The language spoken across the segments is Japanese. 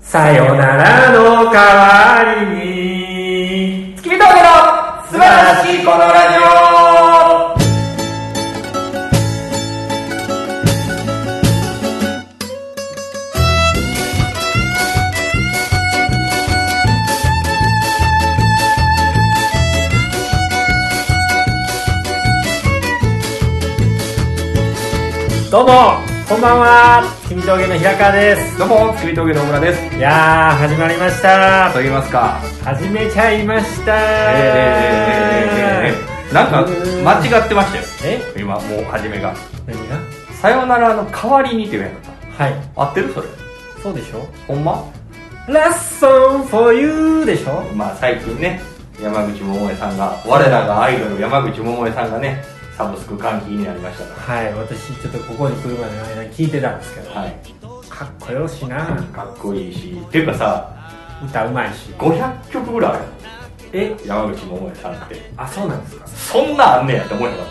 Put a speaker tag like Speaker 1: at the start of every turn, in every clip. Speaker 1: さよならの代わりに
Speaker 2: 月見峠の素晴らしいこのラジオ
Speaker 1: どうもこんばんは月見峠の平川です
Speaker 2: どうも、月見峠の小村です。
Speaker 1: いやー始まりました
Speaker 2: と言いますか、
Speaker 1: 始めちゃいました
Speaker 2: えー、なんか間違ってましたよ。
Speaker 1: え
Speaker 2: 今、もう初めが。
Speaker 1: 何が
Speaker 2: さよならの代わりにって言うやんか。
Speaker 1: はい
Speaker 2: 合ってるそれ。
Speaker 1: そうでしょ
Speaker 2: ほんま
Speaker 1: ラッソン for you でしょ
Speaker 2: まあ最近ね、山口百恵さんが、我らがアイドル山口百恵さんがね、サブスク歓喜になりましたか
Speaker 1: はい私ちょっとここに来るまでの間に聞いてたんですけど、
Speaker 2: ら。はい。
Speaker 1: かっこよしな
Speaker 2: かっこいいし。っていうかさ、
Speaker 1: 歌うまいし
Speaker 2: 500曲ぐらいあるよ
Speaker 1: え
Speaker 2: 山口百恵さんって。
Speaker 1: あそうなんですか
Speaker 2: そんなんあんねやって思えなかっ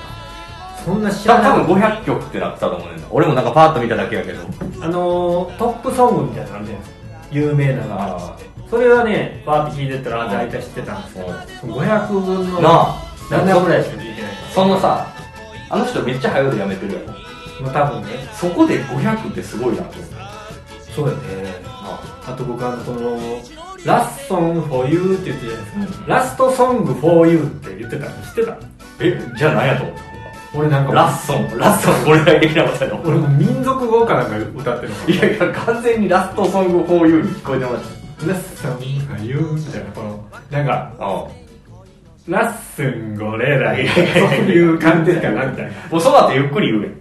Speaker 2: た。
Speaker 1: そんな知
Speaker 2: た
Speaker 1: らない
Speaker 2: 多分500曲ってなってたと思うねんな俺もなんかパーッと見ただけやけど
Speaker 1: あのー、トップソングみたいなのあるじゃないですか有名なのが
Speaker 2: あ
Speaker 1: それはねバーって聴いてったらあ大体知ってたんですけど500分の
Speaker 2: なあ
Speaker 1: 何年ぐらいしか聴いてない
Speaker 2: そのさあの人めっちゃ早いでやめてるやん
Speaker 1: もう多分ね
Speaker 2: そこで500ってすごいなと思った
Speaker 1: そうよねあと僕あのこの「ラスソン for you」って言ってたじゃないですか、
Speaker 2: うん
Speaker 1: ラストソング for you って言ってたの知ってた
Speaker 2: えじゃあ何やと思っ
Speaker 1: 俺なん
Speaker 2: た
Speaker 1: か
Speaker 2: ラッソンラッソン俺だけ的なことやと思
Speaker 1: 俺
Speaker 2: っ
Speaker 1: も民族語かなんか歌ってるの
Speaker 2: たいやいや完全にラストソング for you に聞こえてまし
Speaker 1: ラッソンが言うみたいなこのなんか
Speaker 2: たうん
Speaker 1: ラッスンゴレライそういう感じかなみたいな
Speaker 2: もうそうだってゆっくり言うやん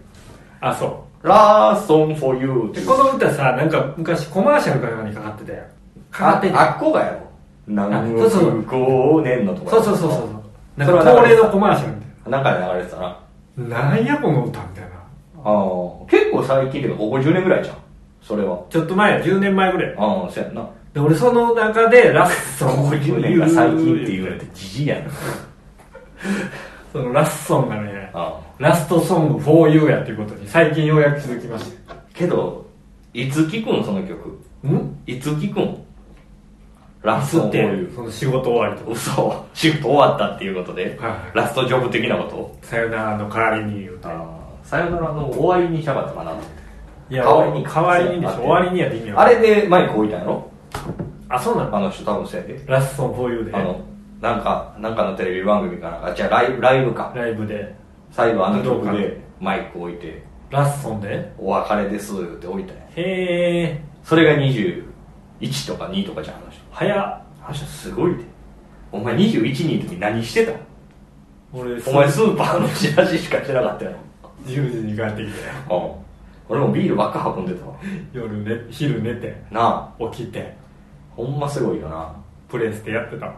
Speaker 1: あそ
Speaker 2: ラーソン for you っ
Speaker 1: う
Speaker 2: て
Speaker 1: この歌さなんか昔コマーシャルかなんかにかかってたよかかってた
Speaker 2: ああっこがやろ何
Speaker 1: そうそう
Speaker 2: 億5年のとこ
Speaker 1: そう
Speaker 2: ろ
Speaker 1: そうそうそうなん
Speaker 2: それは
Speaker 1: か
Speaker 2: だから
Speaker 1: 恒例のコマーシャルみたいう
Speaker 2: なんかで流れてたな
Speaker 1: ななんやこの歌みたいな
Speaker 2: ああ結構最近でここ10年ぐらいじゃんそれは
Speaker 1: ちょっと前や10年前ぐらい
Speaker 2: ああそうやんなこ
Speaker 1: で俺その中でラッソン
Speaker 2: こ
Speaker 1: を
Speaker 2: 10年が最近っていうのってじじいやな
Speaker 1: そのラッソンがね
Speaker 2: あ
Speaker 1: ラストソング for you やっていうことに最近ようやく気づきまし
Speaker 2: あけどいつ聞くんその曲
Speaker 1: たん
Speaker 2: いつ聞くんラス
Speaker 1: す
Speaker 2: ト
Speaker 1: っ
Speaker 2: って
Speaker 1: て
Speaker 2: いう
Speaker 1: その仕事終わりとか
Speaker 2: 嘘シフト終わったっていうことで、
Speaker 1: はい
Speaker 2: ラストジョブ的なこと
Speaker 1: さよならの代わりに言うと
Speaker 2: ああさよならの終わりにしたかったかなと思って
Speaker 1: いや
Speaker 2: 代わりに
Speaker 1: 代わりにでしょ終わりにはできんよ
Speaker 2: あれで前こういたんやろ
Speaker 1: あそうなの
Speaker 2: あの人多分そうやで
Speaker 1: ラッソン for you で
Speaker 2: あのなんかなんかのテレビ番組かなんかじゃあライブライブか
Speaker 1: ライブで
Speaker 2: 最後あの曲
Speaker 1: 武道
Speaker 2: で
Speaker 1: 館
Speaker 2: マイク置いて
Speaker 1: ラッソンで
Speaker 2: 「お別れです」って置いたんや
Speaker 1: へえ
Speaker 2: それが21とか2とかじゃんあの人
Speaker 1: 早っ
Speaker 2: あの人すごいでお前21人の時何してたの
Speaker 1: 俺
Speaker 2: お前スーパーのチラシしかしてなかったや
Speaker 1: 10時に帰ってきて
Speaker 2: ろうん俺もビールばっか運んでたわ
Speaker 1: 夜ね昼寝て
Speaker 2: なあ
Speaker 1: 起きて
Speaker 2: ほんますごいよな
Speaker 1: プレイしてやってた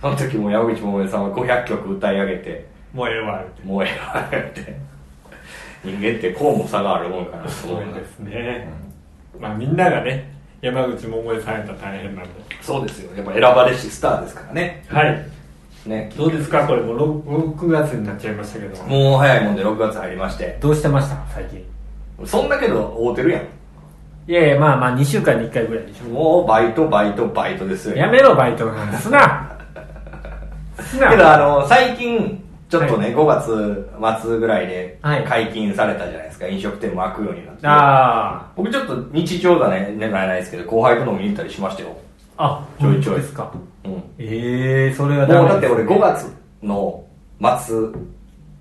Speaker 2: その時も山口百恵さんは500曲歌い上げて
Speaker 1: もうええわ言うて
Speaker 2: 「もうええわ」って人間ってこうも差があるもんかな
Speaker 1: す
Speaker 2: と
Speaker 1: ご
Speaker 2: 思
Speaker 1: いう
Speaker 2: な
Speaker 1: ですね、まあみんながね山口百恵さんやったら大変なんで
Speaker 2: そうですよやっぱ選ばれしスターですからね
Speaker 1: はい
Speaker 2: ね
Speaker 1: どうですかこれもう 6, 月になっちゃいましたけど
Speaker 2: もう早いもんで6月入りまして
Speaker 1: どうしてました最近
Speaker 2: そんだけど会うてるやん
Speaker 1: いやいやまあまあ2週間に1回ぐらいでし
Speaker 2: もうバイトバイトバイトですよ
Speaker 1: やめろバイトなんすなすな
Speaker 2: けどあの最近ちょっとね、
Speaker 1: はい
Speaker 2: 5月末ぐらいで
Speaker 1: はい
Speaker 2: 解禁されたじゃないですか、飲食店も開くようになって
Speaker 1: あ
Speaker 2: 僕ちょっと日常だねじゃないですけど後輩と飲みに行ったりしましたよ
Speaker 1: ああ
Speaker 2: ちょいちょ
Speaker 1: 本当
Speaker 2: い
Speaker 1: ですか
Speaker 2: うんも
Speaker 1: ええそれは
Speaker 2: う
Speaker 1: ダメ
Speaker 2: だって
Speaker 1: です
Speaker 2: 俺
Speaker 1: ね
Speaker 2: 5月の末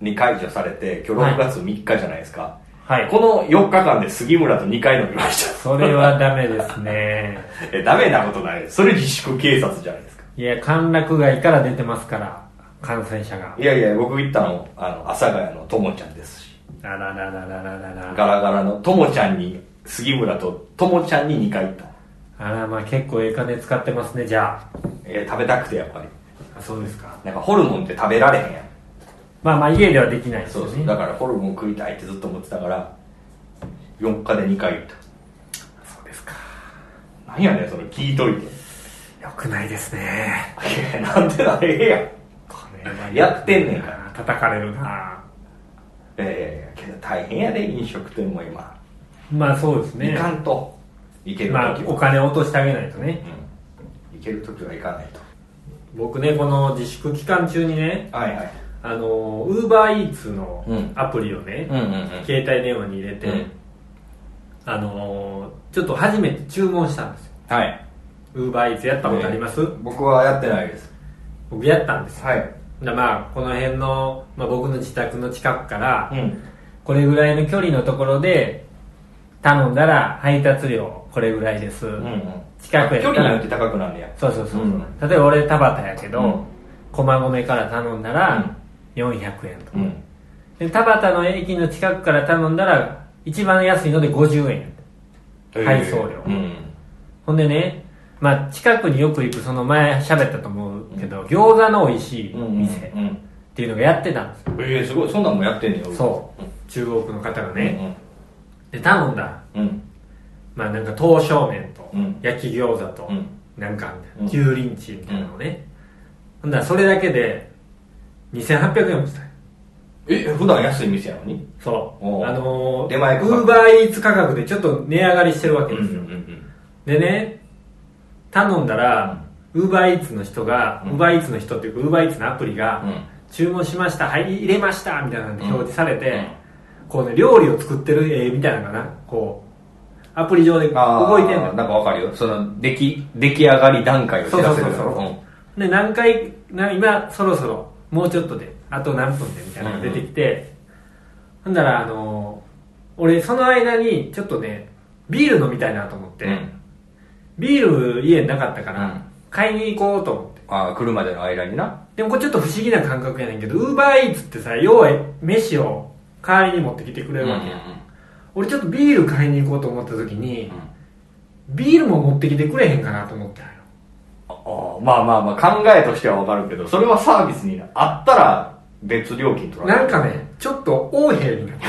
Speaker 2: に解除されて今日6月3日じゃないですか、
Speaker 1: はい
Speaker 2: この4日間で杉村と2回飲みました
Speaker 1: それはダメですね
Speaker 2: えダメなことないそれ自粛警察じゃないですか
Speaker 1: いや歓楽街から出てますから感染者が
Speaker 2: いやいや僕行ったのあの阿佐ヶ谷のともちゃんですし
Speaker 1: あららららららら
Speaker 2: ガラガラのともちゃんに杉村とともちゃんに2回行った
Speaker 1: あらまあ結構ええ金使ってますねじゃあ
Speaker 2: えー食べたくてやっぱり
Speaker 1: あそうですか
Speaker 2: なんかホルモンって食べられへんやん
Speaker 1: まあまあ家ではできないです
Speaker 2: そ
Speaker 1: よ
Speaker 2: う
Speaker 1: ね
Speaker 2: そうだからホルモン食いたいってずっと思ってたから4日で2回行った
Speaker 1: そうですか
Speaker 2: なんやねんそれ聞いといてい
Speaker 1: よくないですね
Speaker 2: やなんでだええやん
Speaker 1: これは
Speaker 2: やってんねんから
Speaker 1: 叩かれるな
Speaker 2: ええけど大変やで飲食店も今、
Speaker 1: まあそうですね
Speaker 2: いかんと行ける
Speaker 3: まあ
Speaker 2: 時
Speaker 3: お
Speaker 2: は、
Speaker 3: 金を落としてあげないとね
Speaker 2: うん、行ける時は行かないと
Speaker 1: 僕ねこの自粛期間中にね
Speaker 2: はいはい
Speaker 1: あのウーバーイーツの
Speaker 2: うん
Speaker 1: アプリをね、
Speaker 2: うんうんうん
Speaker 1: 携帯電話に入れて、
Speaker 2: うん
Speaker 1: あのーちょっと初めて注文したんですよ
Speaker 2: はい
Speaker 1: ウーバーイーツやったことあります、
Speaker 2: 僕はやってないです
Speaker 1: 僕やったんですよ
Speaker 2: はい
Speaker 1: でまあこの辺の、まあ、僕の自宅の近くから、
Speaker 2: うん
Speaker 1: これぐらいの距離のところで頼んだら配達料これぐらいです、
Speaker 2: うんうん
Speaker 1: 近くやった
Speaker 2: 距
Speaker 1: ら
Speaker 2: 離によって高くなるんねや
Speaker 1: そうそうそう、
Speaker 2: うん
Speaker 1: 例えば俺田端やけど、
Speaker 2: うん
Speaker 1: 駒込から頼んだら400円とか、
Speaker 2: うん
Speaker 1: で田端の駅の近くから頼んだら一番安いので50円やった配送料
Speaker 2: うん
Speaker 1: ほんでね、まあ、近くによく行くその前喋ったと思うけど、餃子の美味しい
Speaker 2: うん
Speaker 1: 店
Speaker 2: うんうん
Speaker 1: っていうのがやってたんですよ、
Speaker 2: ええすごいそんなんもやってんねよ
Speaker 1: そう中国の方が
Speaker 2: うん
Speaker 1: ね、で頼んだ
Speaker 2: うんうん
Speaker 1: まあなんか刀削麺と
Speaker 2: うん
Speaker 1: 焼き餃子と
Speaker 2: うん
Speaker 1: なんかみたいな
Speaker 2: うん
Speaker 1: 牛リンチみたいなのね、ほんならそれだけで2800円もしたよ
Speaker 2: え普段安い店やのに
Speaker 1: そ
Speaker 2: お
Speaker 1: う
Speaker 2: う
Speaker 1: あの
Speaker 2: 出前価
Speaker 1: ウ
Speaker 2: 格
Speaker 1: ーバーイーツ価格でちょっと値上がりしてるわけですよ、
Speaker 2: ん
Speaker 1: でね頼んだらウーバーイーツの人がウ
Speaker 2: うん
Speaker 1: ーバーイーツの人っていうかウーバーイーツのアプリが、
Speaker 2: うん
Speaker 1: 注文しましたはい入れましたみたいなんで表示されて、
Speaker 2: うんうん
Speaker 1: こうね料理を作ってる絵みたいなのかなこうアプリ上で
Speaker 2: あー
Speaker 1: 動いてんのよ
Speaker 2: なんかわかるよその出来出来上がり段階を知
Speaker 1: そうそ
Speaker 2: ら
Speaker 1: う
Speaker 2: せ
Speaker 1: そ
Speaker 2: る
Speaker 1: うそうで何回な今そろそろもうちょっとであと何分でみたいなのが出てきて、ほんならあのー俺その間にちょっとねビール飲みたいなと思って、
Speaker 2: うん
Speaker 1: ビール家になかったから、
Speaker 2: うん
Speaker 1: 買いに行こうと思って
Speaker 2: ああ来るまでの間にな
Speaker 1: でもこれちょっと不思議な感覚やねんけどウーバーイーツってさ要は飯を代わりに持ってきてくれるわけや、俺ちょっとビール買いに行こうと思った時に、ビールも持ってきてくれへんかなと思ったんよ
Speaker 2: ああまあまあまあ考えとしてはわかるけどそれはサービスになあったら別料金とか
Speaker 1: なんかねちょっと横柄になって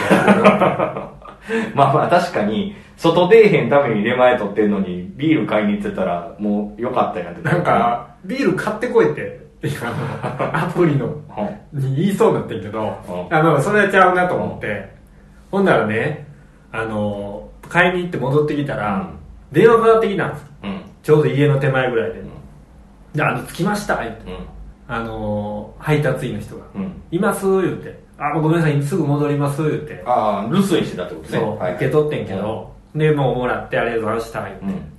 Speaker 2: まあまあ確かに外出えへんために出前取ってんのにビール買いに行ってたらもうよかったやんって
Speaker 1: るなんかビール買ってこいってあのアプリの
Speaker 2: うん
Speaker 1: に言いそうになってんけど
Speaker 2: う
Speaker 1: あのそれはちゃうなと思ってほんならねあの買いに行って戻ってきたら、電話かかってきたんです
Speaker 2: うん
Speaker 1: ちょうど家の手前ぐらいで
Speaker 2: うん
Speaker 1: であの着きました言って
Speaker 2: うん
Speaker 1: あの配達員の人が
Speaker 2: うん
Speaker 1: 「います」言うて「あごめんなさいすぐ戻ります」言うて
Speaker 2: ああ留守にしてたってことね
Speaker 1: そう、
Speaker 2: はいはい
Speaker 1: 受け取ってんけど、でもうもらってありがとうございました言って、
Speaker 2: うん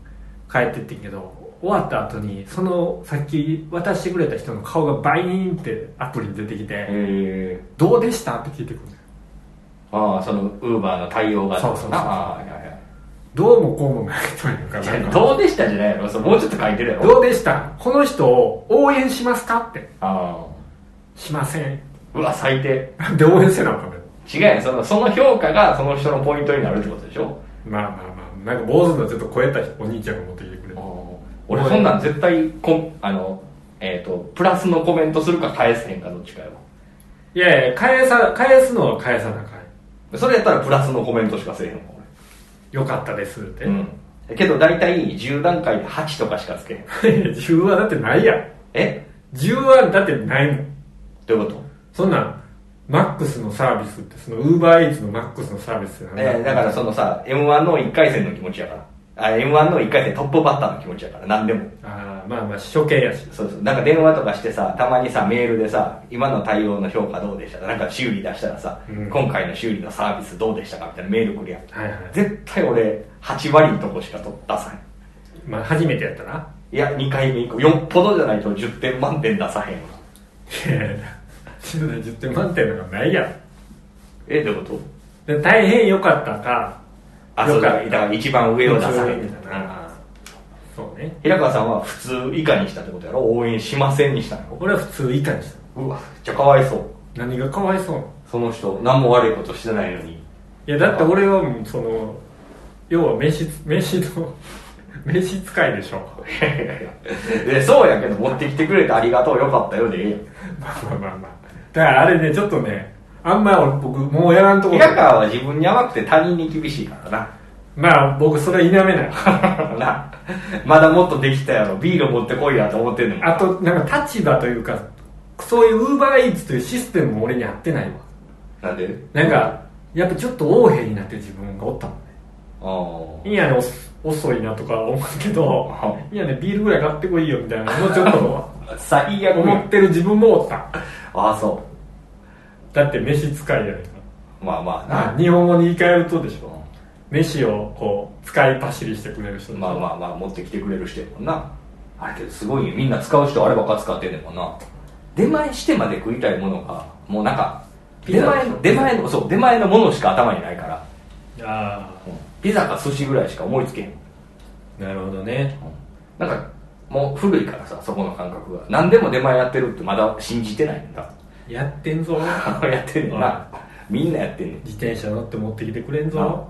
Speaker 1: 帰ってってんけど終わった後にそのさっき渡してくれた人の顔がバイーンってアプリに出てきて
Speaker 2: へ、え
Speaker 1: どうでしたって聞いてくる
Speaker 2: ああそのウーバーの対応が
Speaker 1: そうそうそう
Speaker 2: ああはいはいはい
Speaker 1: どうもこうもないというか
Speaker 2: い
Speaker 1: なん
Speaker 2: や
Speaker 1: か
Speaker 2: どうでしたじゃないやろそうもうちょっと書いてるやろ
Speaker 1: どうでしたこの人を応援しますかって
Speaker 2: ああ
Speaker 1: しません
Speaker 2: うわ最低
Speaker 1: なんで応援せなあかんの
Speaker 2: 違うやんそのその評価がその人のポイントになるってことでしょ
Speaker 1: まあまあまあなんか坊主のちょっと超えたお兄ちゃんが持ってきてくれて
Speaker 2: 俺そんなん絶対こんあのえっ、とプラスのコメントするか返せへんかどっちかよ
Speaker 1: いやいや返さ返すのは返さなあかん
Speaker 2: それやったらプラスのコメントしかせえへんもん
Speaker 1: よかったですって、
Speaker 2: 俺 うんけど大体10段階で8とかしかつけへん
Speaker 1: 10はだってないやん
Speaker 2: え
Speaker 1: 10はだってないもん
Speaker 2: どういうこと
Speaker 1: そんなんマックスのサービスってそのウーバーイーツのマックスのサービスなんだ、
Speaker 2: えーだからそのさ m 1の1回戦の気持ちやからあ m 1の1回戦トップバッターの気持ちやから何でも
Speaker 1: あーまあまあ処刑やし
Speaker 2: そうそうなんか電話とかしてさたまにさメールでさ今の対応の評価どうでしたかなんか修理出したらさ、
Speaker 1: うん
Speaker 2: 今回の修理のサービスどうでしたかみたいなメール来るやん
Speaker 1: はいはい、
Speaker 2: 絶対俺8割のとこしか取ったさ
Speaker 1: まあ、初めてやったら
Speaker 2: へんいや2回目以降よっぽどじゃないと10点満点出さへんわ
Speaker 1: いやいや10点満点なんかないやん
Speaker 2: えどういうこと
Speaker 1: で大変良かったか
Speaker 2: あそ
Speaker 1: よ
Speaker 2: う
Speaker 1: かった
Speaker 2: だから一番上を出さへん
Speaker 1: み
Speaker 2: み
Speaker 1: た
Speaker 2: た
Speaker 1: い
Speaker 2: い
Speaker 1: な
Speaker 2: な、
Speaker 1: そうね
Speaker 2: 平川さんは普通以下にしたってことやろ応援しませんにしたんやろ
Speaker 1: 俺は普通以下にし
Speaker 2: うわじゃあかわいそう
Speaker 1: た何がかわいそうなの
Speaker 2: その人何も悪いことしてないのに
Speaker 1: いやだって俺はもうその要は飯つ 飯の飯使いでしょ
Speaker 2: でそうやけど持ってきてくれてありがとうよかったよでええやん
Speaker 1: まあまあまあまあだからあれねちょっとねあんま俺僕もうやらんとこ
Speaker 2: 平川は自分に甘くて他人に厳しいからな
Speaker 1: まあ僕それ否めない
Speaker 2: なまだもっとできたやろビール持ってこいやと思ってんのに
Speaker 1: あとなんか立場というかそういうウーバーイーツというシステムも俺に合ってないわ
Speaker 2: なんで
Speaker 1: なんかやっぱちょっと横柄になってる自分がおったもんね
Speaker 2: ああ
Speaker 1: いいやねおす 遅いなとか思うけどいやねビールぐらい買ってこいよみたい なのもちょっと
Speaker 2: 最悪
Speaker 1: 思ってる自分もおった
Speaker 2: ああそ
Speaker 1: だって飯使いやねんか
Speaker 2: うまあまあ
Speaker 1: ら
Speaker 2: な、
Speaker 1: あ日本語に言い換えるとでしょ飯をこう使い走りしてくれる人でしょ
Speaker 2: まあまあまあ持ってきてくれる人やもんなあれけどすごいよみんな使う人あればっか使ってんねんもんな出前してまで食いたいものがもうなんか
Speaker 1: ピ
Speaker 2: 出
Speaker 1: ザ
Speaker 2: 前の出前のそう出前のものしか頭にないから
Speaker 1: あ
Speaker 2: うんピザか寿司ぐらいしか思いつけへん
Speaker 1: あなるほどね
Speaker 2: なんかもう古いからさそこの感覚が何でも出前やってるってまだ信じてないんだ
Speaker 1: やってん ぞ
Speaker 2: やってんねんなみんなやってんねん
Speaker 1: 自転車乗って持ってきてくれんぞ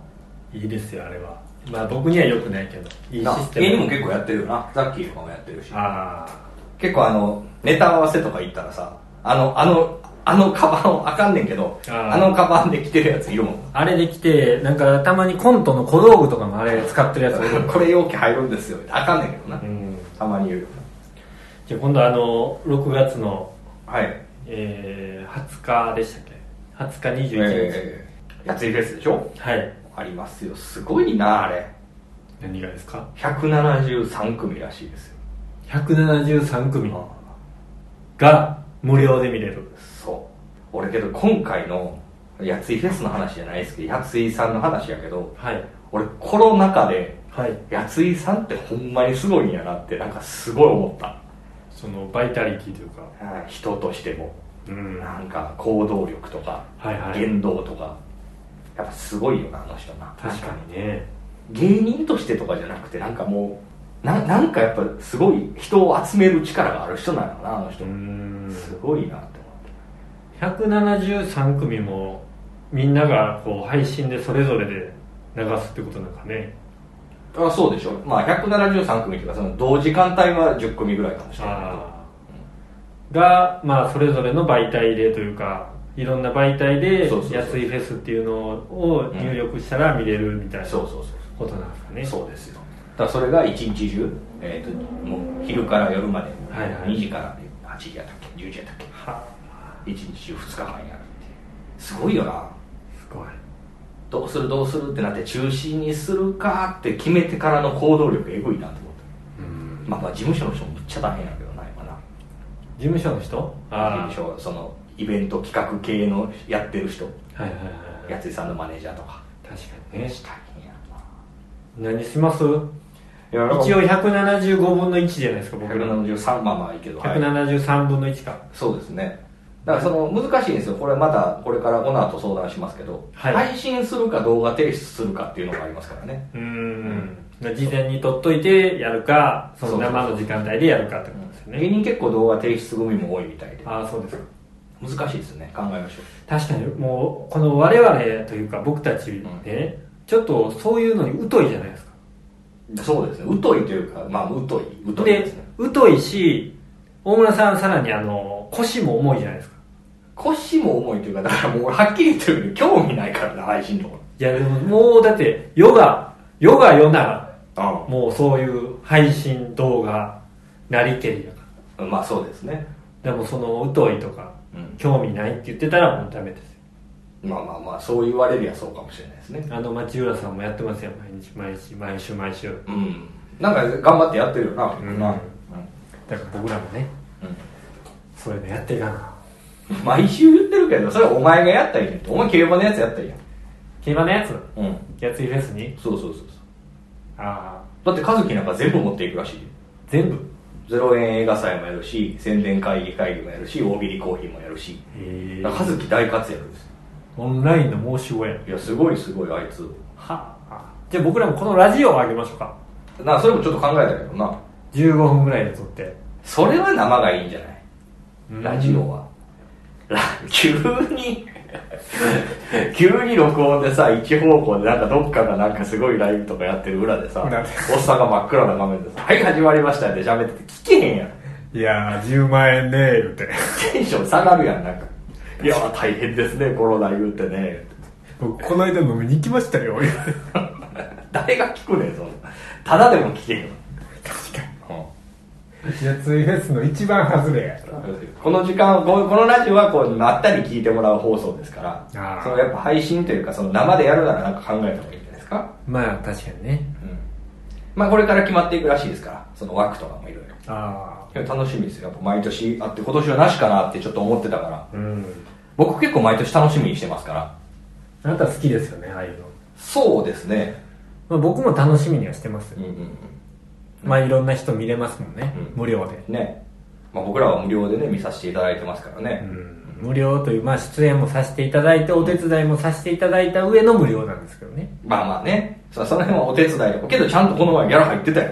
Speaker 1: いいですよあれはまあ僕にはよくないけどいい
Speaker 2: な
Speaker 1: システム
Speaker 2: 家にも結構やってるよなザッキーとかもやってるし
Speaker 1: ああ
Speaker 2: 結構あのネタ合わせとか行ったらさあのあのあのカバンをあかんねんけど
Speaker 1: あ
Speaker 2: あ
Speaker 1: ー
Speaker 2: のカバンで着てるやついるもん
Speaker 1: あれできて、なんかたまにコントの小道具とかもあれ使ってるやつ多い
Speaker 2: これ容器入るんですよあかんねんけどな
Speaker 1: うん。
Speaker 2: たまに言うよ
Speaker 1: じゃあ今度あの、6月の、
Speaker 2: はい
Speaker 1: えー、20日でしたっけ ?20 日21日、
Speaker 2: えー、やついフェスでしょ
Speaker 1: はい。
Speaker 2: ありますよすごいなあれ
Speaker 1: 何がですか
Speaker 2: 173組らしいですよ
Speaker 1: ?173 組
Speaker 2: あ
Speaker 1: が無料で見れる。
Speaker 2: ーそう俺けど今回のやついフェスの話じゃないですけどやついさんの話やけど
Speaker 1: はい。
Speaker 2: 俺コロナ禍で
Speaker 1: はい。
Speaker 2: やついさんってほんまにすごいんやなってなんかすごい思った
Speaker 1: そのバイタリティというか。
Speaker 2: 人としても
Speaker 1: うんは
Speaker 2: なんか行動力とか
Speaker 1: いはい。
Speaker 2: 言動とかやっぱすごいよなあの人な
Speaker 1: 確かにね。
Speaker 2: 芸人としてとかじゃなくてなんかもうななんかやっぱすごい人を集める力がある人なのなあの人
Speaker 1: うん。
Speaker 2: すごいなって思って
Speaker 1: 173組もみんながこう配信でそれぞれで流すってことなんかね。
Speaker 2: あそうでしょまあ173組というかその同時間帯は10組ぐらいかもしれない
Speaker 1: あーが、まあ、それぞれの媒体でというかいろんな媒体で
Speaker 2: そうそうそう
Speaker 1: 安いフェスっていうのを入力したら見れるみたい
Speaker 2: け
Speaker 1: な
Speaker 2: どそ
Speaker 1: こ
Speaker 2: うそうそう
Speaker 1: となんですかね
Speaker 2: そうですよだからそれが一日中、えー、ともう昼から夜まで
Speaker 1: はいはい
Speaker 2: 2時から8時やったっけ10時やったっけ
Speaker 1: は
Speaker 2: 1日中2日間やるっていうすごいよな
Speaker 1: すごい
Speaker 2: どうするどうするってなって中止にするかって決めてからの行動力エグいなと思って
Speaker 1: うん
Speaker 2: まあまあ事務所の人もめっちゃ大変やけどな今な
Speaker 1: 事務所の人あ
Speaker 2: 事務所そのイベント企画系のやってる人
Speaker 1: あはいはいはい
Speaker 2: やついさんのマネージャーとか
Speaker 1: 確かにね
Speaker 2: 大変や
Speaker 1: 何します
Speaker 2: ろな
Speaker 1: 一応175分の1じゃないですか僕らの
Speaker 2: 173まあまあいいけど、はい
Speaker 1: 173分の1か
Speaker 2: そうですねだからその難しいんですよこれまたこれからこの後相談しますけど、
Speaker 1: はい
Speaker 2: 配信するか動画提出するかっていうのがありますからね
Speaker 1: うん事前に取っといてやるかその生の時間帯でやるかってことですよ
Speaker 2: 芸
Speaker 1: ね
Speaker 2: 人結構動画提出組も多いみたいで
Speaker 1: ああそうですか
Speaker 2: 難しいですね考えましょ
Speaker 1: 確かにもうこの我々というか僕たちね、ちょっとそういうのに疎いじゃないですか
Speaker 2: うそうですね疎いというかまあ疎い疎い
Speaker 1: で
Speaker 2: ですね
Speaker 1: 疎いし大村さんさらにあの腰も重いじゃないですか
Speaker 2: 腰も重いというかだからもうはっきり言ってるけど興味ないからな配信とか
Speaker 1: いやでももうだってヨガヨガヨなら
Speaker 2: あ
Speaker 1: もうそういう配信動画なりけりやか
Speaker 2: まあそうですね
Speaker 1: らでもその疎いとか
Speaker 2: うん
Speaker 1: 興味ないって言ってたらもうダメですよ
Speaker 2: まあまあまあそう言われりゃそうかもしれないですね
Speaker 1: あの町浦さんもやってますよ毎日毎日毎週毎週
Speaker 2: うんなんか頑張ってやってるよな、
Speaker 1: ん
Speaker 2: な
Speaker 1: だから僕らもねそういうのやっていかな
Speaker 2: うん毎週言ってるけどそれはお前がやったらいいねんってお前競馬のやつやったらいいや
Speaker 1: 競馬のやつ
Speaker 2: んうん
Speaker 1: やついフェスに
Speaker 2: そうそうそうそう
Speaker 1: ああ
Speaker 2: だって和樹なんか全部持っていくらしいよ
Speaker 1: 全部
Speaker 2: 0円映画祭もやるし宣伝会議会議もやるし大喜利コーヒーもやるし
Speaker 1: へ
Speaker 2: だから和樹大活躍です
Speaker 1: オンラインの申し子やん
Speaker 2: いやすごいすごいあいつ
Speaker 1: はあじゃあ僕らもこのラジオを上げましょうか
Speaker 2: なそれもちょっと考えたけどな
Speaker 1: 15分ぐらいで撮って
Speaker 2: それは生がいいんじゃないラジオ
Speaker 1: は
Speaker 2: はラ急に急に録音でさ一方向でなんかどっかがなんかすごいライブとかやってる裏でさ
Speaker 1: なんで
Speaker 2: おっさんが真っ暗な画面でさ「はい始まりました」って喋ってて聞けへんやん
Speaker 1: いやー10万円ねー言うて
Speaker 2: テンション下がるやんなんか「いやー 大変ですねコロナ言うてね」
Speaker 1: 僕この間飲みに行きましたよ
Speaker 2: 誰が聞くねんそんなただでも聞けへんわ
Speaker 1: 確かにやついフェスの一番外れや
Speaker 2: この時間こうこのラジオはこうまったり聞いてもらう放送ですか
Speaker 1: あ
Speaker 2: ら
Speaker 1: ー
Speaker 2: そのやっぱ配信というかその生でやるならなんか考えた方がいいんじゃないですか、
Speaker 1: まあ確かにね
Speaker 2: うん、まあこれから決まっていくらしいですから、その枠とかもいろいろ。
Speaker 1: あ
Speaker 2: でも楽しみですよ。やっぱ毎年あって、今年はなしかなってちょっと思ってたから。
Speaker 1: あうん
Speaker 2: 僕結構毎年楽しみにしてますから。
Speaker 1: あなた好きですよねああいうの、
Speaker 2: そうですね。
Speaker 1: まあ、僕も楽しみにはしてますよ
Speaker 2: うんうんうん。
Speaker 1: まあいろんな人見れますもんね、
Speaker 2: うん
Speaker 1: 無料で、
Speaker 2: ね。まあ僕らは無料でね、見させていただいてますから
Speaker 1: う
Speaker 2: ね。
Speaker 1: ん、無料という、まあ、出演もさせていただいてお手伝いもさせていただいた上の無料なんですけどね、
Speaker 2: まあまあね。そその辺はお手伝いとか。けどちゃんとこの前ギャラ入ってたよ。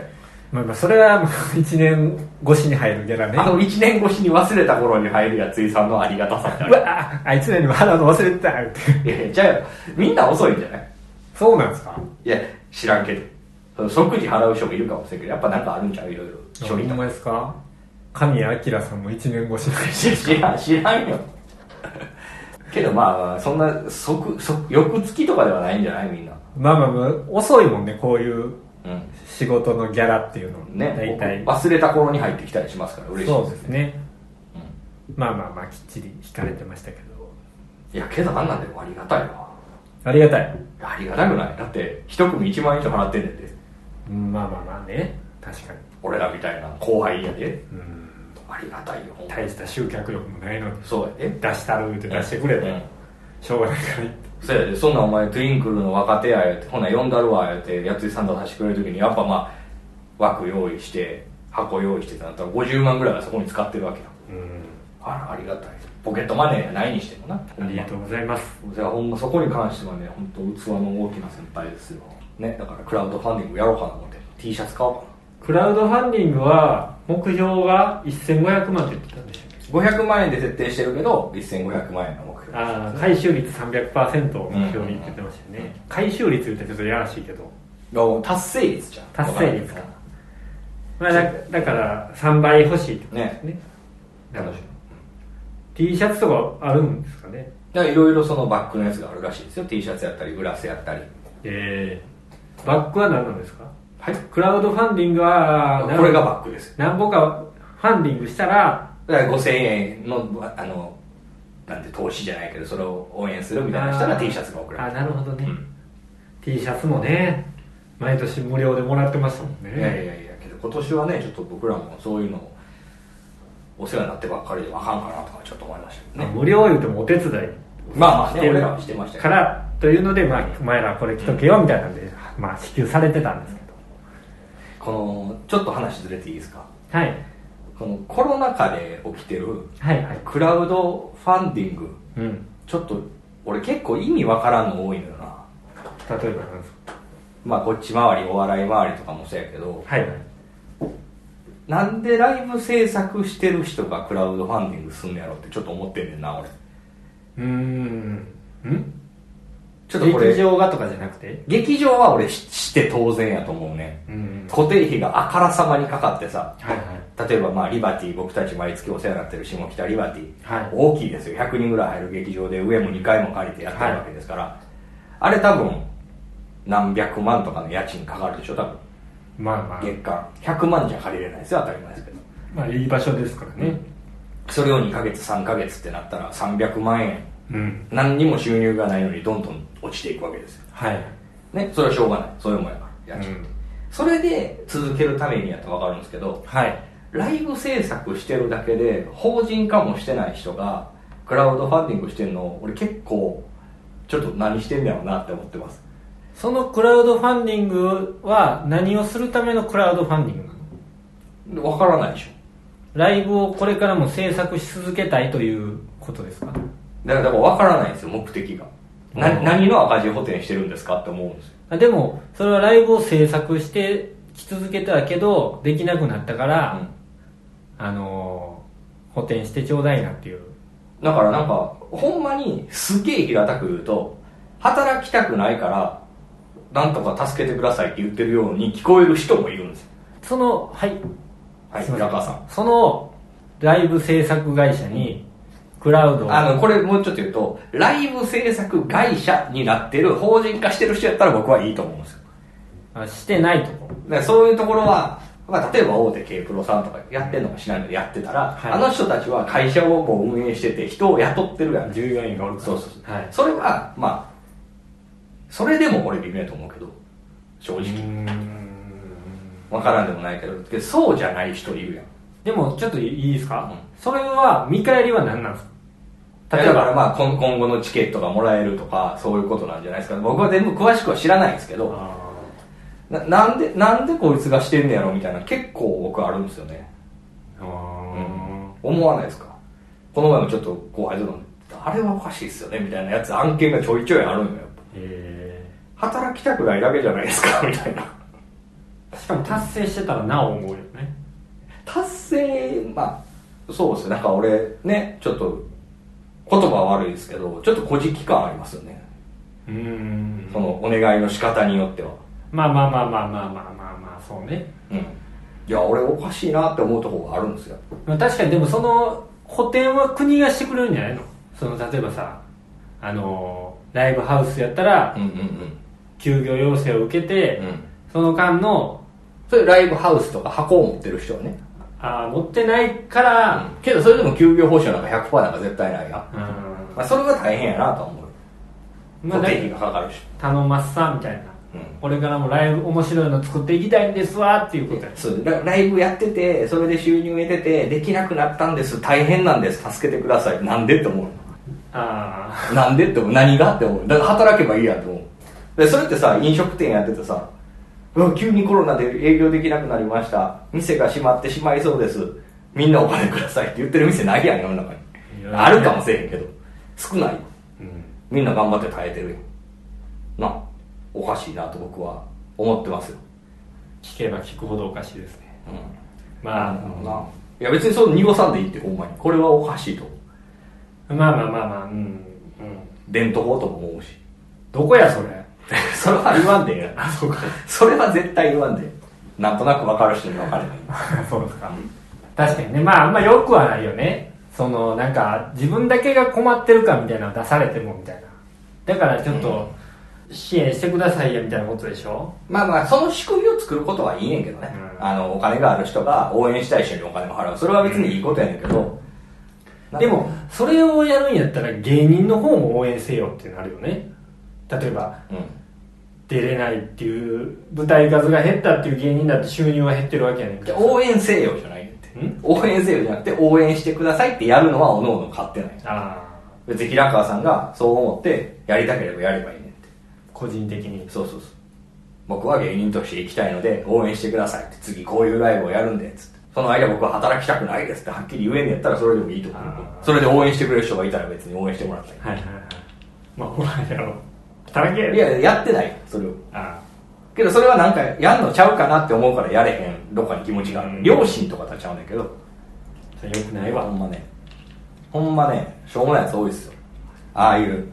Speaker 1: まあ、まあそれはまあ1年越しに入るギャラね
Speaker 2: あの1年越しに忘れた頃に入るやついさんのありがたさってあ
Speaker 1: うわああいつらにも払うの忘れてたって
Speaker 2: る。いやじゃあ、みんな遅いんじゃない
Speaker 1: そうなんですか
Speaker 2: いや、知らんけど。その即時払う人もいるかもしれんけど、やっぱなんかあるんちゃういろいろ。
Speaker 1: ほ
Speaker 2: 処理
Speaker 1: ん
Speaker 2: とか
Speaker 1: まですか神谷明さんも1年越しに
Speaker 2: 知らん、知らんよ。けどまあ、そんな即、即、翌月とかではないんじゃないみんな。
Speaker 1: まあまあまあ遅いもんねこういう
Speaker 2: うん。
Speaker 1: 仕事のギャラっていうの
Speaker 2: ね、
Speaker 1: 大体
Speaker 2: 僕忘れた頃に入ってきたりしますから嬉しい
Speaker 1: そうですね、まあまあまあきっちり引かれてましたけど
Speaker 2: いやけどあんなんでもありがたいわ
Speaker 1: ありがたい
Speaker 2: ありがたくないだって一組1万円以上払ってんねんで
Speaker 1: うんまあまあまあね確かに
Speaker 2: 俺らみたいな後輩やで
Speaker 1: うん
Speaker 2: ありがたいよほんま
Speaker 1: 大した集客力もないのに
Speaker 2: そうやで
Speaker 1: 出したるって出してくれて、
Speaker 2: うん
Speaker 1: しょうがないから言って
Speaker 2: そうやでそんなお前トゥインクルの若手や言うてほな呼んだるわ言うてやついさんと出してくれる時にやっぱまあ枠用意して箱用意してってなったら50万ぐらいはそこに使ってるわけよ
Speaker 1: うん
Speaker 2: あらありがたいポケットマネーやないにしてもな
Speaker 1: ありがとうございます
Speaker 2: じゃあほんまそこに関してはね本当器の大きな先輩ですよねだからクラウドファンディングやろうかな思って T シャツ買おうか
Speaker 1: クラウドファンディングは目標が1500万って言ってたんでしょ
Speaker 2: な500万円で設定してるけど1500万円の目標
Speaker 1: ああ回収率300%を目標にって言ってましたよね、
Speaker 2: うんうん
Speaker 1: 回収率言ったらちょっとやらしいけど
Speaker 2: の達成率じゃん
Speaker 1: 達成率かまあ、だだから3倍欲しいってことですねだから
Speaker 2: 楽しい
Speaker 1: T シャツとかあるんですかね
Speaker 2: だからいろいろそのバックのやつがあるらしいですよ T シャツやったりグラスやったり
Speaker 1: ええバックは何なんですか
Speaker 2: はい
Speaker 1: クラウドファンディングは
Speaker 2: これがバックですよ
Speaker 1: 何ぼかファンディングしたら
Speaker 2: だから5000円のあのなんて投資じゃないけどそれを応援するみたいな人が T シャツが送ら
Speaker 1: あ
Speaker 2: れ
Speaker 1: あ
Speaker 2: る
Speaker 1: なるほどね、
Speaker 2: うん
Speaker 1: T シャツもね毎年無料でもらってましたもんね
Speaker 2: いやいやいやけど今年はねちょっと僕らもそういうのお世話になってばっかりでわかんかなとかちょっと思いましたけど
Speaker 1: まあ
Speaker 2: ね
Speaker 1: 無料言うてもお手伝い
Speaker 2: まあまあね
Speaker 1: してる
Speaker 2: 俺らはしてましたけど
Speaker 1: からというので、まあ、お前らこれ着とけよみたいなんで、まあ、支給されてたんですけど
Speaker 2: このちょっと話ずれていいですか
Speaker 1: はい
Speaker 2: このコロナ禍で起きてる
Speaker 1: はいはい
Speaker 2: クラウドファンディング
Speaker 1: うん
Speaker 2: ちょっと俺結構意味わからんの多いのよな
Speaker 1: 例えばなんですか
Speaker 2: まあこっち回りお笑い回りとかもそうやけど
Speaker 1: はいはい
Speaker 2: なんでライブ制作してる人がクラウドファンディングすんのやろってちょっと思ってんねんな俺
Speaker 1: うーんん
Speaker 2: ちょっとこれ
Speaker 1: 劇場がとかじゃなくて
Speaker 2: 劇場は俺しして当然やと思うね
Speaker 1: うん
Speaker 2: 固定費があからさまにかかってさ
Speaker 1: はいはい
Speaker 2: 例えばまあリバティ僕たち毎月お世話になってる下北リバティ、
Speaker 1: はい
Speaker 2: 大きいですよ100人ぐらい入る劇場で上も2回も借りてやってるわけですから、あれ多分何百万とかの家賃かかるでしょ多分
Speaker 1: まあまあ、
Speaker 2: 月間100万じゃ借りれないですよ当たり前ですけど
Speaker 1: まあ、いい場所ですからね
Speaker 2: それを2ヶ月3ヶ月ってなったら300万円
Speaker 1: うん
Speaker 2: 何にも収入がないのにどんどん落ちていくわけですよ
Speaker 1: はい
Speaker 2: ねそれはしょうがないそういうもんやから家賃、
Speaker 1: うん
Speaker 2: それで続けるためにやったら分かるんですけど
Speaker 1: はい
Speaker 2: ライブ制作してるだけで法人化もしてない人がクラウドファンディングしてるのを俺結構ちょっと何してんだろうなって思ってます
Speaker 1: そのクラウドファンディングは何をするためのクラウドファンディングなの
Speaker 2: 分からないでしょ
Speaker 1: ライブをこれからも制作し続けたいということですか
Speaker 2: だからだから分からないんですよ目的がな
Speaker 1: うん
Speaker 2: 何の赤字補填してるんですかって思うんですよ
Speaker 1: あでもそれはライブを制作してき続けたけどできなくなったから、あのー補填してちょうだいなっていう
Speaker 2: だからなんかほんまにすげえ平たく言うと働きたくないからなんとか助けてくださいって言ってるように聞こえる人もいるんですよ
Speaker 1: そのはい
Speaker 2: はい
Speaker 1: すいま
Speaker 2: 平川さん
Speaker 1: そのライブ制作会社にクラウドを
Speaker 2: あの、これもうちょっと言うと、ライブ制作会社になってる、法人化してる人やったら僕はいいと思うんですよ。
Speaker 1: あしてないとこ
Speaker 2: だからそういうところは、まあ、例えば大手 K プロさんとかやってるのかしないのでやってたら、
Speaker 1: はい
Speaker 2: あの人たちは会社をもう運営してて、人を雇ってるやん。
Speaker 1: 従業員がおる
Speaker 2: そうそうそう。
Speaker 1: はい
Speaker 2: それは、まあ、それでも俺微妙やと思うけど、正
Speaker 1: う
Speaker 2: 直。
Speaker 1: ーん
Speaker 2: わからんでもないけどけどそうじゃない人いるやん
Speaker 1: でもちょっといいですか、
Speaker 2: うん
Speaker 1: それは見返りは何なんですか
Speaker 2: 例えば、まあ、今今後のチケットがもらえるとかそういうことなんじゃないですか僕は全部詳しくは知らないですけど
Speaker 1: あ
Speaker 2: ななんでなんでこいつがしてんねやろみたいな結構僕あるんですよね、
Speaker 1: ーあ
Speaker 2: 思わないですかこの前もちょっと後輩と飲んであれはおかしいっすよねみたいなやつ案件がちょいちょいあるんよやっ
Speaker 1: ーえ
Speaker 2: ぱ働きたくないだけじゃないですか みたいな
Speaker 1: ーしかも達成してたらなお思うよね
Speaker 2: 達成まあそうですねなんか俺ねちょっと言葉は悪いですけどちょっと小じき感ありますよね
Speaker 1: うーん
Speaker 2: そのお願いの仕方によっては
Speaker 1: まあまあまあまあまあまあまあまあそうね、
Speaker 2: うんいや俺おかしいなって思うとこがあるんですよ
Speaker 1: まあ、確かにでもその補填は国がしてくれるんじゃないのその例えばさあのーライブハウスやったら
Speaker 2: うんうん
Speaker 1: 休業要請を受けて、
Speaker 2: うん
Speaker 1: その間の
Speaker 2: それライブハウスとか箱を持ってる人はね、
Speaker 1: あー乗ってないから、
Speaker 2: けどそれでも休業報酬なんか100%なんか絶対ないやん、
Speaker 1: うん
Speaker 2: まあ、それが大変やなとは思う
Speaker 1: まあ、だ
Speaker 2: 固定費がかかるし、
Speaker 1: 頼ますさみたいな、
Speaker 2: うん
Speaker 1: これからもライブ面白いの作っていきたいんですわっていうことや
Speaker 2: そうラライブやっててそれで収入得ててできなくなったんです大変なんです助けてくださいなんでって思
Speaker 1: あ
Speaker 2: う なんでって思う何がって思うだから働けばいいやんって思うでそれってさ飲食店やっててさうわ急にコロナで営業できなくなりました店が閉まってしまいそうですみんなお金くださいって言ってる店ないやん世の中に
Speaker 1: いや
Speaker 2: あるかもしれへんけど少ない
Speaker 1: ー、うん、
Speaker 2: みんな頑張って耐えてるよなおかしいなと僕は思ってますよ、
Speaker 1: 聞けば聞くほどおかしいですね
Speaker 2: うん
Speaker 1: まあ、
Speaker 2: いや別にそう濁さんでいいってほんまにこれはおかしいと
Speaker 1: まあまあまあまあうん、うん、
Speaker 2: 伝統法とも思うし
Speaker 1: どこやそれ
Speaker 2: それは言わんでええや
Speaker 1: あそうか
Speaker 2: それは絶対言わんでええなんとなく分かる人に分かれない
Speaker 1: そうですか確かにねまああんまよくはないよねそのなんか自分だけが困ってるかみたいなの出されてもみたいなだからちょっと支援してくださいやみたいなことでしょ
Speaker 2: まあまあその仕組みを作ることはいいねんけどね、
Speaker 1: うん
Speaker 2: あのお金がある人が応援したい人にお金も払うそれは別にいいことやねんけど、なん
Speaker 1: で
Speaker 2: か
Speaker 1: もそれをやるんやったら芸人の方も応援せよってなるよね例えば
Speaker 2: うん
Speaker 1: 出れないっていう舞台数が減ったっていう芸人だって収入は減ってるわけやねん
Speaker 2: じ
Speaker 1: け
Speaker 2: ゃあ
Speaker 1: ど
Speaker 2: 応援せよじゃないねんって
Speaker 1: ん
Speaker 2: 応援せよじゃなくて応援してくださいってやるのはおのおの勝手ない
Speaker 1: ああ
Speaker 2: 別に平川さんがそう思ってやりたければやればいいねんって
Speaker 1: 個人的に
Speaker 2: そうそうそう僕は芸人として生きたいので応援してくださいって次こういうライブをやるんでつってその間僕は働きたくないですってはっきり言えんのやったらそれでもいいと思
Speaker 1: あ
Speaker 2: う
Speaker 1: ー
Speaker 2: それで応援してくれる人がいたら別に応援してもらった
Speaker 1: はいはいはいまあほらやろう働け
Speaker 2: りいややってないよそれを
Speaker 1: あ
Speaker 2: けどそれはなんかやんのちゃうかなって思うからやれへんどっかに気持ちがあ
Speaker 1: う
Speaker 2: る
Speaker 1: ん
Speaker 2: 両親とかとはちゃうねんだけど
Speaker 1: あよくない
Speaker 2: ほ
Speaker 1: わ
Speaker 2: んまねほんまねしょうもないやつ多いっすよああいう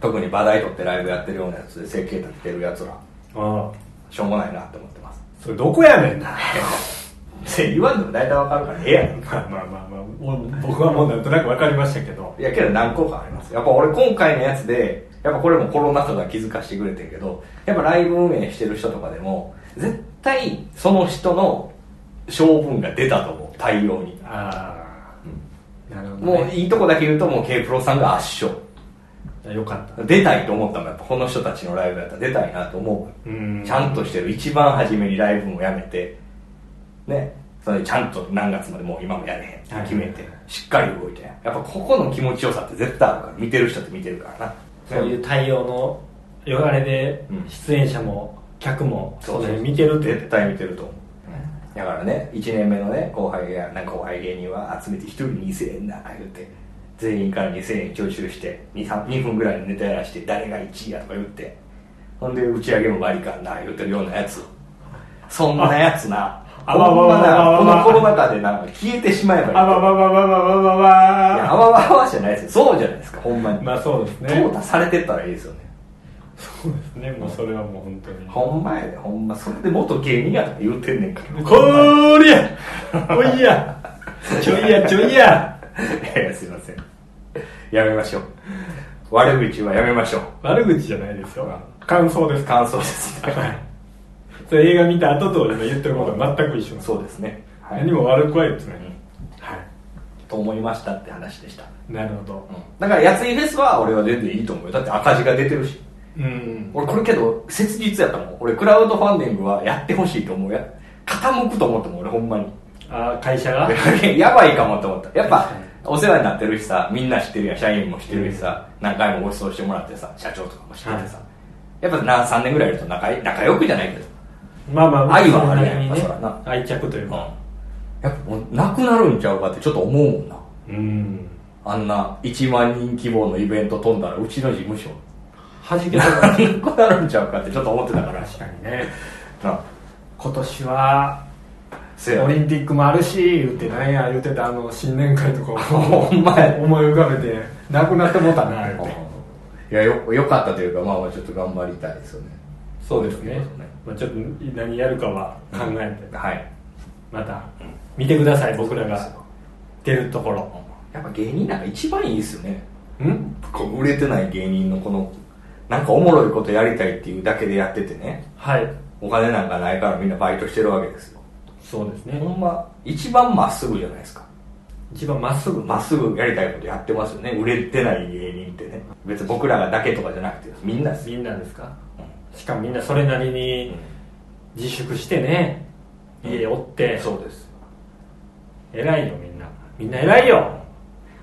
Speaker 2: 特に話題取ってライブやってるようなやつで設計立ててるやつら
Speaker 1: ああ
Speaker 2: しょうもないなって思ってます
Speaker 1: それどこやねんな
Speaker 2: って 言わんでも大体わかるからええやん
Speaker 1: まあまあまあまあ俺も僕はもうなんとなく分かりましたけど
Speaker 2: いやけど何個かありますやっぱ俺今回のやつでやっぱこれもコロナ禍が気づかしてくれてるけどやっぱライブ運営してる人とかでも絶対その人の性分が出たと思う対応に
Speaker 1: ああなるほど、ね、
Speaker 2: もういいとこだけ言うともう k プロさんが圧勝
Speaker 1: よかった
Speaker 2: 出たいと思ったもんやっぱこの人たちのライブやったら出たいなと思う
Speaker 1: うん
Speaker 2: ちゃんとしてる一番初めにライブもやめてねそれでちゃんと何月までもう今もやれへん
Speaker 1: はい
Speaker 2: 決めてしっかり動いてやっぱここの気持ちよさって絶対あるから見てる人って見てるからな
Speaker 1: そういう対応のよがれで
Speaker 2: うん
Speaker 1: 出演者も客も
Speaker 2: そ
Speaker 1: そう
Speaker 2: そう
Speaker 1: れ見てるって
Speaker 2: 絶対見てると思うだからね1年目のね後輩やなんか後輩芸人は集めて1人2000円だ言って全員から2000円徴収して 2, 3 2分ぐらいのネタやらして誰が1位やとか言ってほんで打ち上げも割りかんな言ってるようなやつそんなやつな
Speaker 1: あわわ
Speaker 2: ほんま
Speaker 1: わわわ
Speaker 2: な
Speaker 1: わ
Speaker 2: このコロナ禍でなんか消えてしまえばいい
Speaker 1: あわわわわわわわ
Speaker 2: いや
Speaker 1: わ
Speaker 2: あわわわじゃないですよそうじゃないですかほんまに、
Speaker 1: まあそうですね
Speaker 2: 淘汰されてったらいいですよね
Speaker 1: そうですねもうそれはもう本当に
Speaker 2: ほんまやでほんまそれで元芸人やとか言うてんねんから
Speaker 1: こり ゃおいやちょいやちょいや
Speaker 2: いやいやすいませんやめましょう悪口はやめましょう
Speaker 1: 悪口じゃないですよ感想です
Speaker 2: 感想です
Speaker 1: はいそれ映画見た後と今言ってることは全く一緒です
Speaker 2: そうですね、はい、
Speaker 1: 何も悪くは言ってない
Speaker 2: うん
Speaker 1: は
Speaker 2: と思いましたって話でした、
Speaker 1: いなるほど
Speaker 2: だからやついフェスは俺は全然いいと思うよだって赤字が出てるし
Speaker 1: うん
Speaker 2: 俺これけど切実やったもん俺クラウドファンディングはやってほしいと思うや傾くと思ったもん俺ほんまに
Speaker 1: あ会社が
Speaker 2: やばいかもと思ったやっぱ
Speaker 1: 確かに
Speaker 2: お世話になってるしさみんな知ってるやん社員も知ってるしさ、何回もご馳走してもらってさ社長とかも知っててさ、やっぱな3年ぐらいいると仲い仲良くじゃないけど、
Speaker 1: まあまあ
Speaker 2: 愛はあるや
Speaker 1: そ
Speaker 2: ん
Speaker 1: れなりにね
Speaker 2: やっぱそらな
Speaker 1: 愛着という
Speaker 2: や
Speaker 1: か
Speaker 2: っぱもうなくなるんちゃうかってちょっと思うもんな
Speaker 1: うん
Speaker 2: あんな1万人規模のイベント飛んだらうちの事務所
Speaker 1: はじけた
Speaker 2: なくなるんちゃうかってちょっと思ってたから
Speaker 1: 確かにね
Speaker 2: な
Speaker 1: 今年は
Speaker 2: せや
Speaker 1: オリンピックもあるし言ってなんや言ってたあの新年会 とかを
Speaker 2: ほんまや
Speaker 1: 思い浮かべてなくなってもうたな言うて
Speaker 2: いやよよかったというかまあまあちょっと頑張りたいですよね
Speaker 1: そうですね、まあ、ちょっと何やるかは考えて
Speaker 2: はい
Speaker 1: また見てください僕らが出るところ
Speaker 2: やっぱ芸人なんか一番いいですよね
Speaker 1: うん
Speaker 2: こう売れてない芸人のこのなんかおもろいことやりたいっていうだけでやっててね
Speaker 1: はい
Speaker 2: お金なんかないからみんなバイトしてるわけですよ
Speaker 1: そうです
Speaker 2: ほ
Speaker 1: ね
Speaker 2: んま一番まっすぐじゃないですか
Speaker 1: 一番まっすぐ
Speaker 2: まっすぐやりたいことやってますよね売れてない芸人ってね別に僕らがだけとかじゃなくてみんなですよ
Speaker 1: みんなですかしかもみんなそれなり
Speaker 2: うん
Speaker 1: に自粛してね家おって
Speaker 2: そうです
Speaker 1: 偉いよみんなみんな偉いよ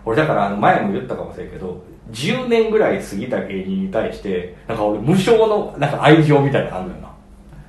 Speaker 2: 俺だからあの前も言ったかもしれんけど10年ぐらい過ぎた芸人に対してなんか俺無償のなんか愛情みたいなのあるのよな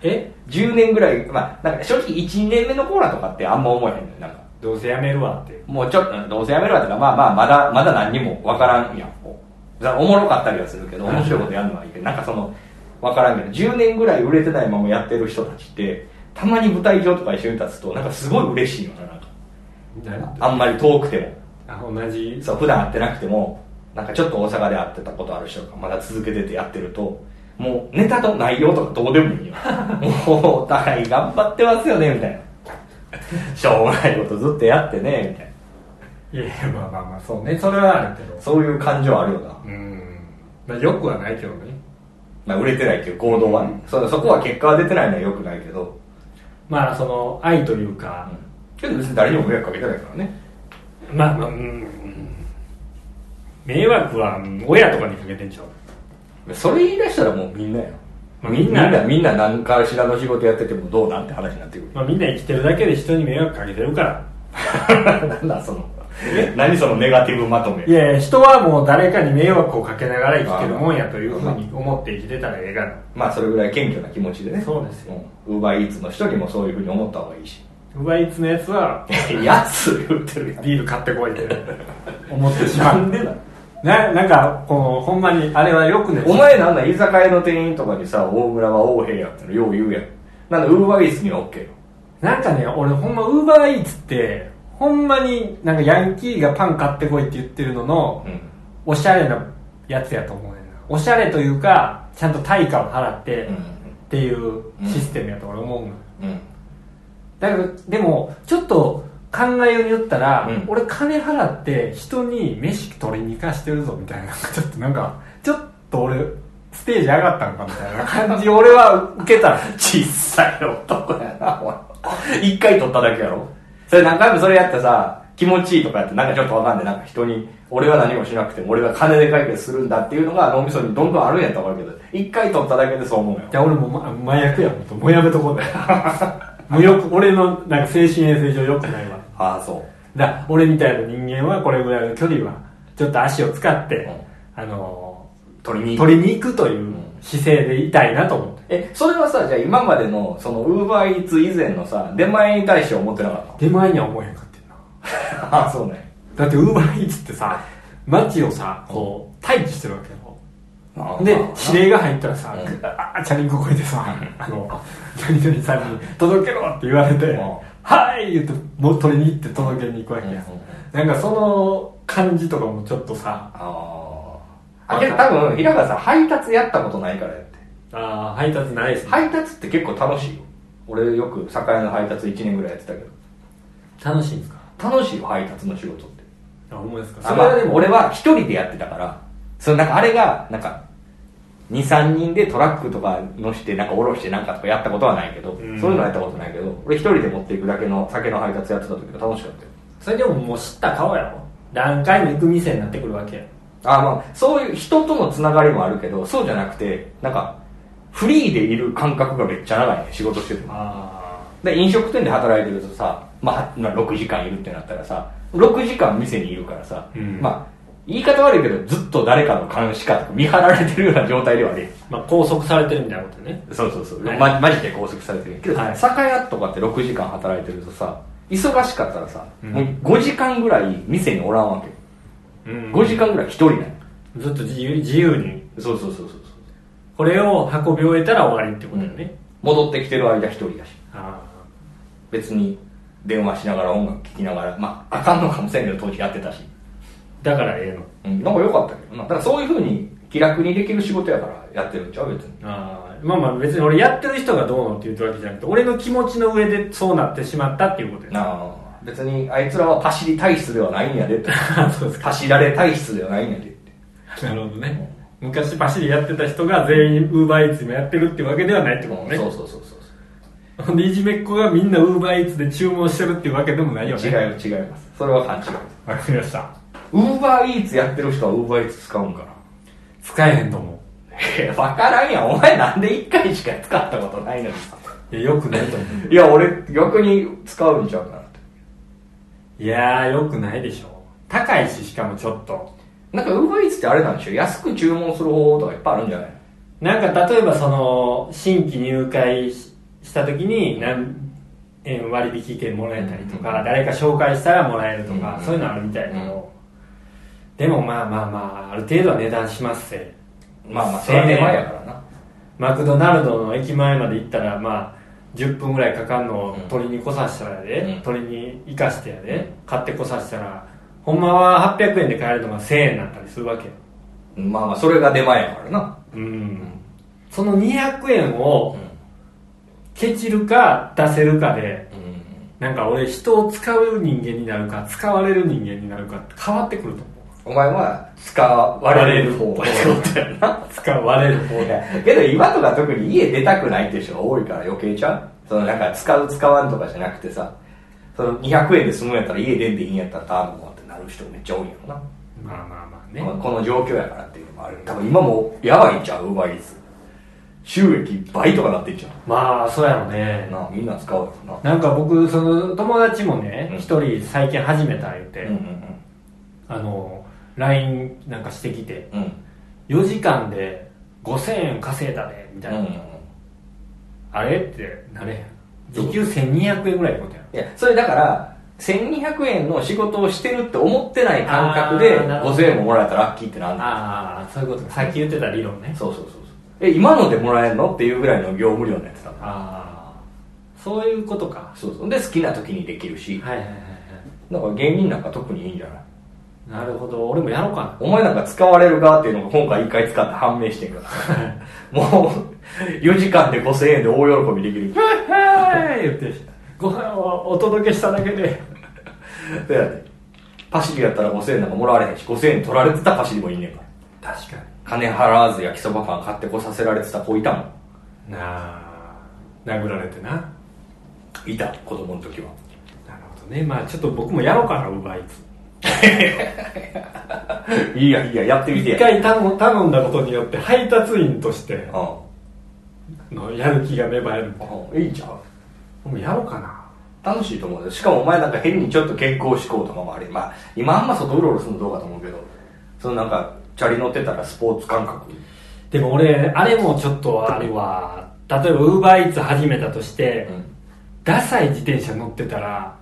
Speaker 1: え
Speaker 2: 10年ぐらいまあなんか正直12年目のコーラとかってあんま思えへんのよなんか
Speaker 1: どうせやめるわって
Speaker 2: もうちょっとどうせやめるわとかまあまあまだまだ何にもわからんやんこうだからおもろかったりはするけど面白いことやるのはいいけどなんかそのわからんけど10年ぐらい売れてないままやってる人たちってたまに舞台上とか一緒に立つとなんかすごい嬉しいよななんかあんまり遠くても
Speaker 1: あ同じ
Speaker 2: そう普段会ってなくてもなんかちょっと大阪で会ってたことある人がまだ続けててやってるともうネタと内容とかどうでもいいよもうお互い頑張ってますよねみ たいなしょうもないことずっとやってねみたい
Speaker 1: いやいやまあまあまあそうねそれはあるけど
Speaker 2: なそういう感情あるよな、
Speaker 1: うんまあよくはないけどね
Speaker 2: まあ、売れてないっていう行動はね、そうそこは結果は出てないのはよくないけど、
Speaker 1: まあその愛というか、
Speaker 2: けど別に誰にも迷惑かけてないからね
Speaker 1: まあまあうんうん迷惑はうん親とかにかけてんちゃう
Speaker 2: それ言い出したらもうみんなよ、
Speaker 1: まあ
Speaker 2: み
Speaker 1: み
Speaker 2: ん
Speaker 1: ん
Speaker 2: な
Speaker 1: な
Speaker 2: みんな何かしらの仕事やっててもどうなんて話になってくる
Speaker 1: まあみんな生きてるだけで人に迷惑かけてるから
Speaker 2: なんだその何そのネガティブまとめ
Speaker 1: いやいや人はもう誰かに迷惑をかけながら生きてるもんやというふうに思って生きてたらええがな
Speaker 2: まあそれぐらい謙虚な気持ちでね
Speaker 1: そうですよ
Speaker 2: ウーバーイーツの人にもそういうふうに思った方がいい し
Speaker 1: ウバイツのやつは
Speaker 2: やつ言ってるやん
Speaker 1: ビール買ってこいって 思ってしまう
Speaker 2: なんでだ
Speaker 1: ななんかこのほんまにあれはよくね
Speaker 2: お前なんだ居酒屋の店員とかにさ大村は王兵やってのよう言うやんなんだウーバーイーツには OK よ
Speaker 1: なんかね俺ほんまウーバーイーツってほんまになんかヤンキーがパン買ってこいって言ってるのの
Speaker 2: うん
Speaker 1: おしゃれなやつやと思うねんなおしゃれというかちゃんと対価を払ってっていうシステムやと俺思うの、
Speaker 2: うんうん
Speaker 1: だけどでもちょっと考えようによったら、
Speaker 2: うん
Speaker 1: 俺金払って人に飯取りに行かしてるぞみたいな ちょっとなんかちょっと俺ステージ上がったのかみたいな感じ俺は受けた
Speaker 2: 小さい男やなお い一回取っただけやろそれ何回もそれやってさ気持ちいいとかやってなんかちょっとわかんないなんか人に俺は何もしなくても俺は金で解決するんだっていうのが脳みそにどんどんあるんやったらわかるけど一回取っただけでそう思うよ
Speaker 1: いや俺も、ま、麻薬やもんともうやめとこうだよもうよく俺のなんか精神衛生上よくないわ
Speaker 2: ああそう
Speaker 1: だから俺みたいな人間はこれぐらいの距離はちょっと足を使って、あの
Speaker 2: 取りに
Speaker 1: 取りに行くという姿勢でいたいなと思って
Speaker 2: えそれはさじゃあ今までのそのウーバーイーツ以前のさ出前に対して思ってなかっ
Speaker 1: 出前には思えへんかってんな
Speaker 2: た ああそうね
Speaker 1: だってウーバーイーツってさ街をさこう待機してるわけだろで指令が入ったらさ「
Speaker 2: うん
Speaker 1: ああチャリンコこいでさ「あの何々さんに届けろ」って言われて
Speaker 2: うん
Speaker 1: 「はい!」言ってもう取りに行って届けに行くわけや、なんかその感じとかもちょっとさ
Speaker 2: あああけど多分平川さん配達やったことないからやって
Speaker 1: ああ配達ないですね
Speaker 2: 配達って結構楽しいよ俺よく酒屋の配達1年ぐらいやってたけど
Speaker 1: 楽しいんですか
Speaker 2: 楽しいよ配達の仕事って
Speaker 1: あほんまですか
Speaker 2: それはでも俺は一人でやってたからそのなんかあれがなんか23人でトラックとか乗してなんか下ろしてなんかとかやったことはないけど、
Speaker 1: うん
Speaker 2: そういうのはやったことないけど俺一人で持っていくだけの酒の配達やってた時が楽しかったよ
Speaker 1: それでももう知った顔やろ何回も行く店になってくるわけや
Speaker 2: あまあそういう人とのつながりもあるけどそうじゃなくてなんかフリーでいる感覚がめっちゃ長いね仕事してても
Speaker 1: あ
Speaker 2: で飲食店で働いてるとさ、まあ、まあ6時間いるってなったらさ6時間店にいるからさ、
Speaker 1: うん
Speaker 2: まあ言い方悪いけどずっと誰かの監視下とか見張られてるような状態ではあるやん
Speaker 1: まあ拘束されてるみたいなことね
Speaker 2: そうそうそう、
Speaker 1: はい
Speaker 2: ま、マジで拘束されてるけど、
Speaker 1: はい
Speaker 2: 酒屋とかって6時間働いてるとさ忙しかったらさ、
Speaker 1: うん
Speaker 2: もう5時間ぐらい店におらんわけよ5時間ぐらい一人なんよ
Speaker 1: ずっと自由自由に
Speaker 2: そうそうそうそうそう
Speaker 1: これを運び終えたら終わりってことだよね、
Speaker 2: 戻ってきてる間一人だし
Speaker 1: あ
Speaker 2: 別に電話しながら音楽聴きながらまああかんのかもしれんけど当時やってたし、
Speaker 1: ーだからええの
Speaker 2: うん、なんか良かったけどなだからそういうふうに気楽にできる仕事やからやってるんちゃう別に
Speaker 1: あーまあまあ別に俺やってる人がどうのって言ってるわけじゃなくて俺の気持ちの上でそうなってしまったっていうことや
Speaker 2: なあ別にあいつらはパシリ体質ではないんやでって
Speaker 1: そうですか
Speaker 2: パシられ体質ではないんやでって
Speaker 1: なるほどね昔パシリやってた人が全員ウーバーイーツ今やってるってわけではないってことね
Speaker 2: そうそうそうそうそう
Speaker 1: ほんでいじめっ子がみんなウーバーイーツで注文してるっていうわけでもないよね
Speaker 2: 違う違いますそれは勘違いです
Speaker 1: わかりました
Speaker 2: ウーバーイーツやってる人はウーバーイーツ使うんかな
Speaker 1: 使えへんと思
Speaker 2: え 分からんやんお前なんで一回しか使ったことないのにさ
Speaker 1: ういやよくないと思
Speaker 2: いや俺逆に使うんちゃうかなって
Speaker 1: ういやーよくないでしょ高いししかもちょっと
Speaker 2: なんかウーバーイーツってあれなんでしょ安く注文する方法とかいっぱいあるんじゃない
Speaker 1: なんか例えばその新規入会しした時に何円割引券もらえたりとか、誰か紹介したらもらえるとか、
Speaker 2: うん
Speaker 1: そういうのあるみたいだけど、でもまあまあまあある程度は値段しますせ
Speaker 2: まあまあそれは手前やからな
Speaker 1: マクドナルドの駅前まで行ったらまあ10分ぐらいかかんのを鳥にこさしたらやで、
Speaker 2: うん
Speaker 1: 鳥に生かしてやで、買ってこさしたらほんまは800円で買えるのが1000円になったりするわけよ
Speaker 2: まあまあそれが出前やからな
Speaker 1: うんその200円をケチるか出せるかで
Speaker 2: うん
Speaker 1: なんか俺人を使う人間になるか使われる人間になるかって変わってくると思う
Speaker 2: お前は使われる方
Speaker 1: 割れる方
Speaker 2: やな
Speaker 1: 使われる方
Speaker 2: い
Speaker 1: で
Speaker 2: やけど今とか特に家出たくないって人が多いから余計ちゃうそのなんか使う使わんとかじゃなくてさその200円で済むんやったら家出んでいいんやったら頼むわってなる人めっちゃ多いんやろな、
Speaker 1: まあまあまあ
Speaker 2: この
Speaker 1: ね
Speaker 2: この状況やからっていうのもある多分今もやばいんちゃうウーバーイーツ収益倍とかなってんじゃ
Speaker 1: まあそうやろね
Speaker 2: んなみんな使うよな
Speaker 1: なんか僕その友達もね
Speaker 2: うん
Speaker 1: 一、人最近始めた言って、
Speaker 2: うん
Speaker 1: あの LINE なんかしてきて
Speaker 2: うんうん
Speaker 1: 4時間で5000円稼いだねみたいな、
Speaker 2: うん
Speaker 1: あれってなれへん時給1200円ぐらいってことやん
Speaker 2: いやそれだから1200円の仕事をしてるって思ってない感覚で
Speaker 1: あーなるほど
Speaker 2: 5000円ももらえたらラッキーってなんだ
Speaker 1: ああそういうことかさっき言ってた理論ね
Speaker 2: そうそうそうそうえ今のでもらえるのっていうぐらいの業務量のやつだな
Speaker 1: ああそういうことか
Speaker 2: そうそうで好きな時にできるし、
Speaker 1: はいはいはいはい
Speaker 2: だから芸人なんか特にいいんじゃない
Speaker 1: なるほど俺もやろうか
Speaker 2: お前なんか使われる側っていうのが今回一回使って判明してんか らもう4時間で5000円で大喜びできる
Speaker 1: なはいはい言ってご飯をお届けしただけで
Speaker 2: そうやでパシリやったら5000円なんかもらわれへんし5000円取られてたパシリもいんねんから
Speaker 1: 確か
Speaker 2: 金払わず焼きそばパン買ってこさせられてた子いたも
Speaker 1: になあ殴られてななん
Speaker 2: いた子供の時
Speaker 1: る
Speaker 2: は
Speaker 1: ほどねまあちょっと僕もやろうかなウーバーイーツ
Speaker 2: いいやいいややってみて
Speaker 1: 一
Speaker 2: や
Speaker 1: 回頼ん頼んだことによって配達員として
Speaker 2: う
Speaker 1: のやる気が芽生える
Speaker 2: んいいんちゃう
Speaker 1: 僕もやろうかな
Speaker 2: 楽しいと思うよしかもお前なんか変にちょっと健康志向とかもありまあ今あんま外うろうろするのどうかと思うけどそのなんかチャリ乗ってたらスポーツ感覚
Speaker 1: でも俺あれもちょっとあれは例えばウーバーイーツ始めたとして、ダサい自転車乗ってたら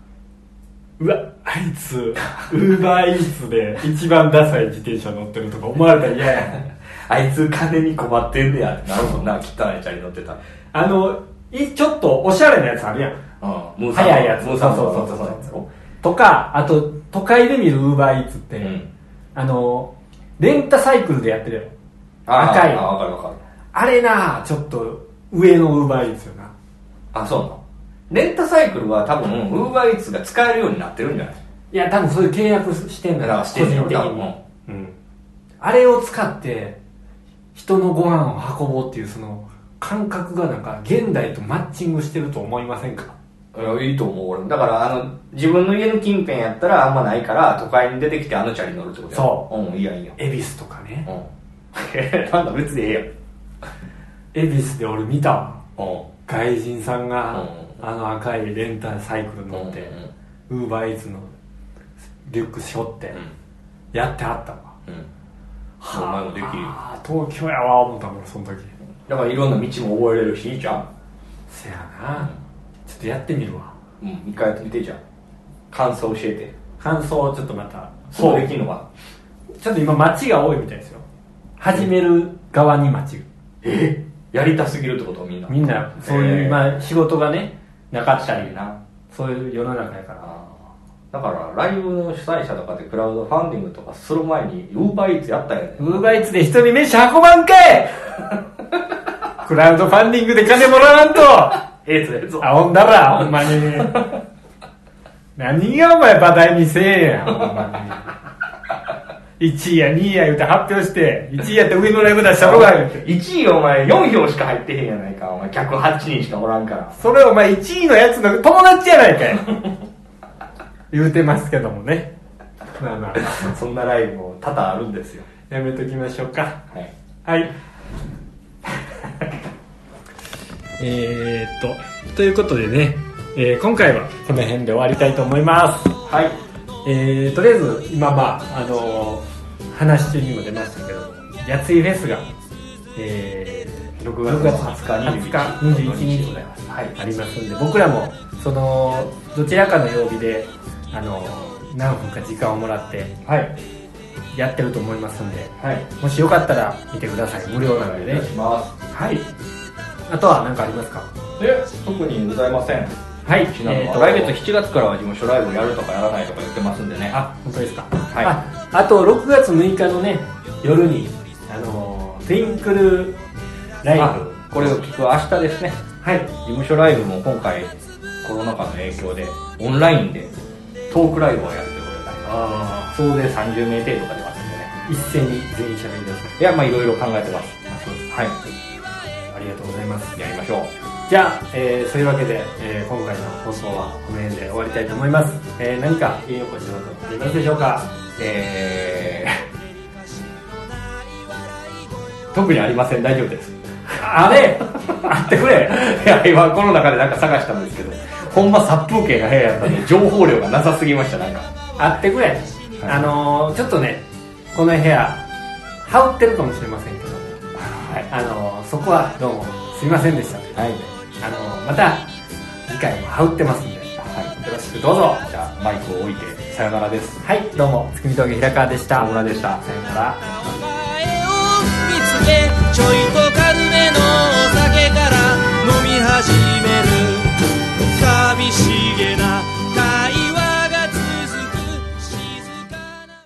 Speaker 1: うわあいつウーバーイーツで一番ダサい自転車乗ってるとか思われたら嫌やん
Speaker 2: あいつ金に困ってんねやってなるもんな汚いチャリ乗ってたら
Speaker 1: あのいちょっとおしゃれなやつあるやん
Speaker 2: うんムーサン
Speaker 1: 速いやつ
Speaker 2: ムーサン
Speaker 1: そうそう
Speaker 2: ム
Speaker 1: そ
Speaker 2: ー
Speaker 1: う
Speaker 2: サ
Speaker 1: そ
Speaker 2: ン
Speaker 1: うとかあと都会で見るウーバーイーツって、
Speaker 2: うん
Speaker 1: あのレンタサイクルでやってるよ
Speaker 2: あ
Speaker 1: 赤い
Speaker 2: あ分かる分かる
Speaker 1: あれなちょっと上のウーバーイーツよな
Speaker 2: あそうなのレンタサイクルは多分ウーバーイーツが使えるようになってるんじゃない
Speaker 1: いや多分そういう契約してんだ
Speaker 2: だからしてんねやろ
Speaker 1: 個人的に
Speaker 2: 多、
Speaker 1: うん、あれを使って人のご飯を運ぼうっていうその感覚がなんか現代とマッチングしてると思いませんか
Speaker 2: うんいいと思う俺もだからあの自分の家の近辺やったらあんまないから都会に出てきてあのチャリ乗るってことや
Speaker 1: そう
Speaker 2: うんいいやいいや
Speaker 1: 恵比寿とかね
Speaker 2: うん なんだ別でええやん
Speaker 1: 恵比寿で俺見たわ
Speaker 2: うん
Speaker 1: 外人さんが、
Speaker 2: うん
Speaker 1: あの赤いレンタサイクル乗ってウーバーイーツのリュック背負って、やってはったわ
Speaker 2: うんうんお前もできるよ
Speaker 1: あー東京やわ思ったもんその時
Speaker 2: だからいろんな道も覚えれるしいいじゃん
Speaker 1: せやな、ちょっとやってみるわ
Speaker 2: うん一回やってみてじゃん感想教えて
Speaker 1: 感想をちょっとまた
Speaker 2: そうできるのか
Speaker 1: ちょっと今街が多いみたいですよ始める側に街が
Speaker 2: えやりたすぎるってことみんな
Speaker 1: みんなそういう、
Speaker 2: えー
Speaker 1: まあ仕事がねなかった
Speaker 2: い
Speaker 1: り
Speaker 2: いな
Speaker 1: そういう世の中やから
Speaker 2: だからライブの主催者とかでクラウドファンディングとかする前にウーバーイーツやったよね
Speaker 1: ウーバーイーツで人に飯運ばんか いクラウドファンディングで金もらわんと
Speaker 2: ええぞええぞ
Speaker 1: あほんだらほんまに何がお前馬題にせえやほんまに1位や2位や言うて発表して1位やって上のライブ出したろが言うて
Speaker 2: 1位お前4票しか入ってへんやないかお前客8人しかおらんから
Speaker 1: それお前1位のやつの友達やないかい言うてますけどもねまあまあ
Speaker 2: そんなライブも多々あるんですよ
Speaker 1: やめときましょうか
Speaker 2: はい
Speaker 1: はい。 えーっと、ということでね、えー今回はこの辺で終わりたいと思います。
Speaker 2: はい
Speaker 1: えーとりあえず、今まあ、あのー話中にも出ましたけど、やついフェスが、えー
Speaker 2: 6月の
Speaker 1: 20
Speaker 2: 20日
Speaker 1: 日、21日でございます。
Speaker 2: はい
Speaker 1: ありますんで、僕らも、その、どちらかの曜日で、あのー何分か時間をもらって、
Speaker 2: はい
Speaker 1: やってると思いますんで、
Speaker 2: はい
Speaker 1: もしよかったら見てください。無料なのでね。
Speaker 2: ます
Speaker 1: はい。あとは何かありますか
Speaker 2: え特にございません
Speaker 1: はい。
Speaker 2: ちなみに
Speaker 1: えーと
Speaker 2: 来月7月からは事務所ライブやるとかやらないとか言ってますんでね
Speaker 1: あ、本当ですか。
Speaker 2: い
Speaker 1: ああと、6月6日のね、夜に、あのー、ティンクルライブ。
Speaker 2: あこれを聞く明日ですね
Speaker 1: はい。
Speaker 2: 事務所ライブも今回コロナ禍の影響でオンラインでトークライブをやるということになりま
Speaker 1: あ
Speaker 2: す総勢30名程度が出ますんでね
Speaker 1: 一斉に全員喋りください。
Speaker 2: いやまあいろいろ考えてますはい
Speaker 1: ありがとうございます。
Speaker 2: やりましょう
Speaker 1: じゃあ、えーそういうわけで、えー今回の放送はこの辺で終わりたいと思います。えー何かいいお知らせありますでしょうか
Speaker 2: えー、特にありません大丈夫です
Speaker 1: あれあってくれ
Speaker 2: いや今この中でなんか探したんですけどほんま殺風景が部屋やったんで情報量がなさすぎましたなんか
Speaker 1: あってくれ、あのーちょっとねこの部屋羽織ってるかもしれませんけど、
Speaker 2: はい
Speaker 1: あのーそこはどうもすいませんでした
Speaker 2: はい、
Speaker 1: あのーまた次回も羽織ってますんでよ
Speaker 2: は
Speaker 1: ろしくどうぞ
Speaker 2: い、じゃあマイクを置いてさよならです
Speaker 1: はいどうも月見峠平川でした
Speaker 2: 大村でした
Speaker 1: さよなら
Speaker 3: 名前を見つけちょいと軽めのお酒から飲み始める寂しげな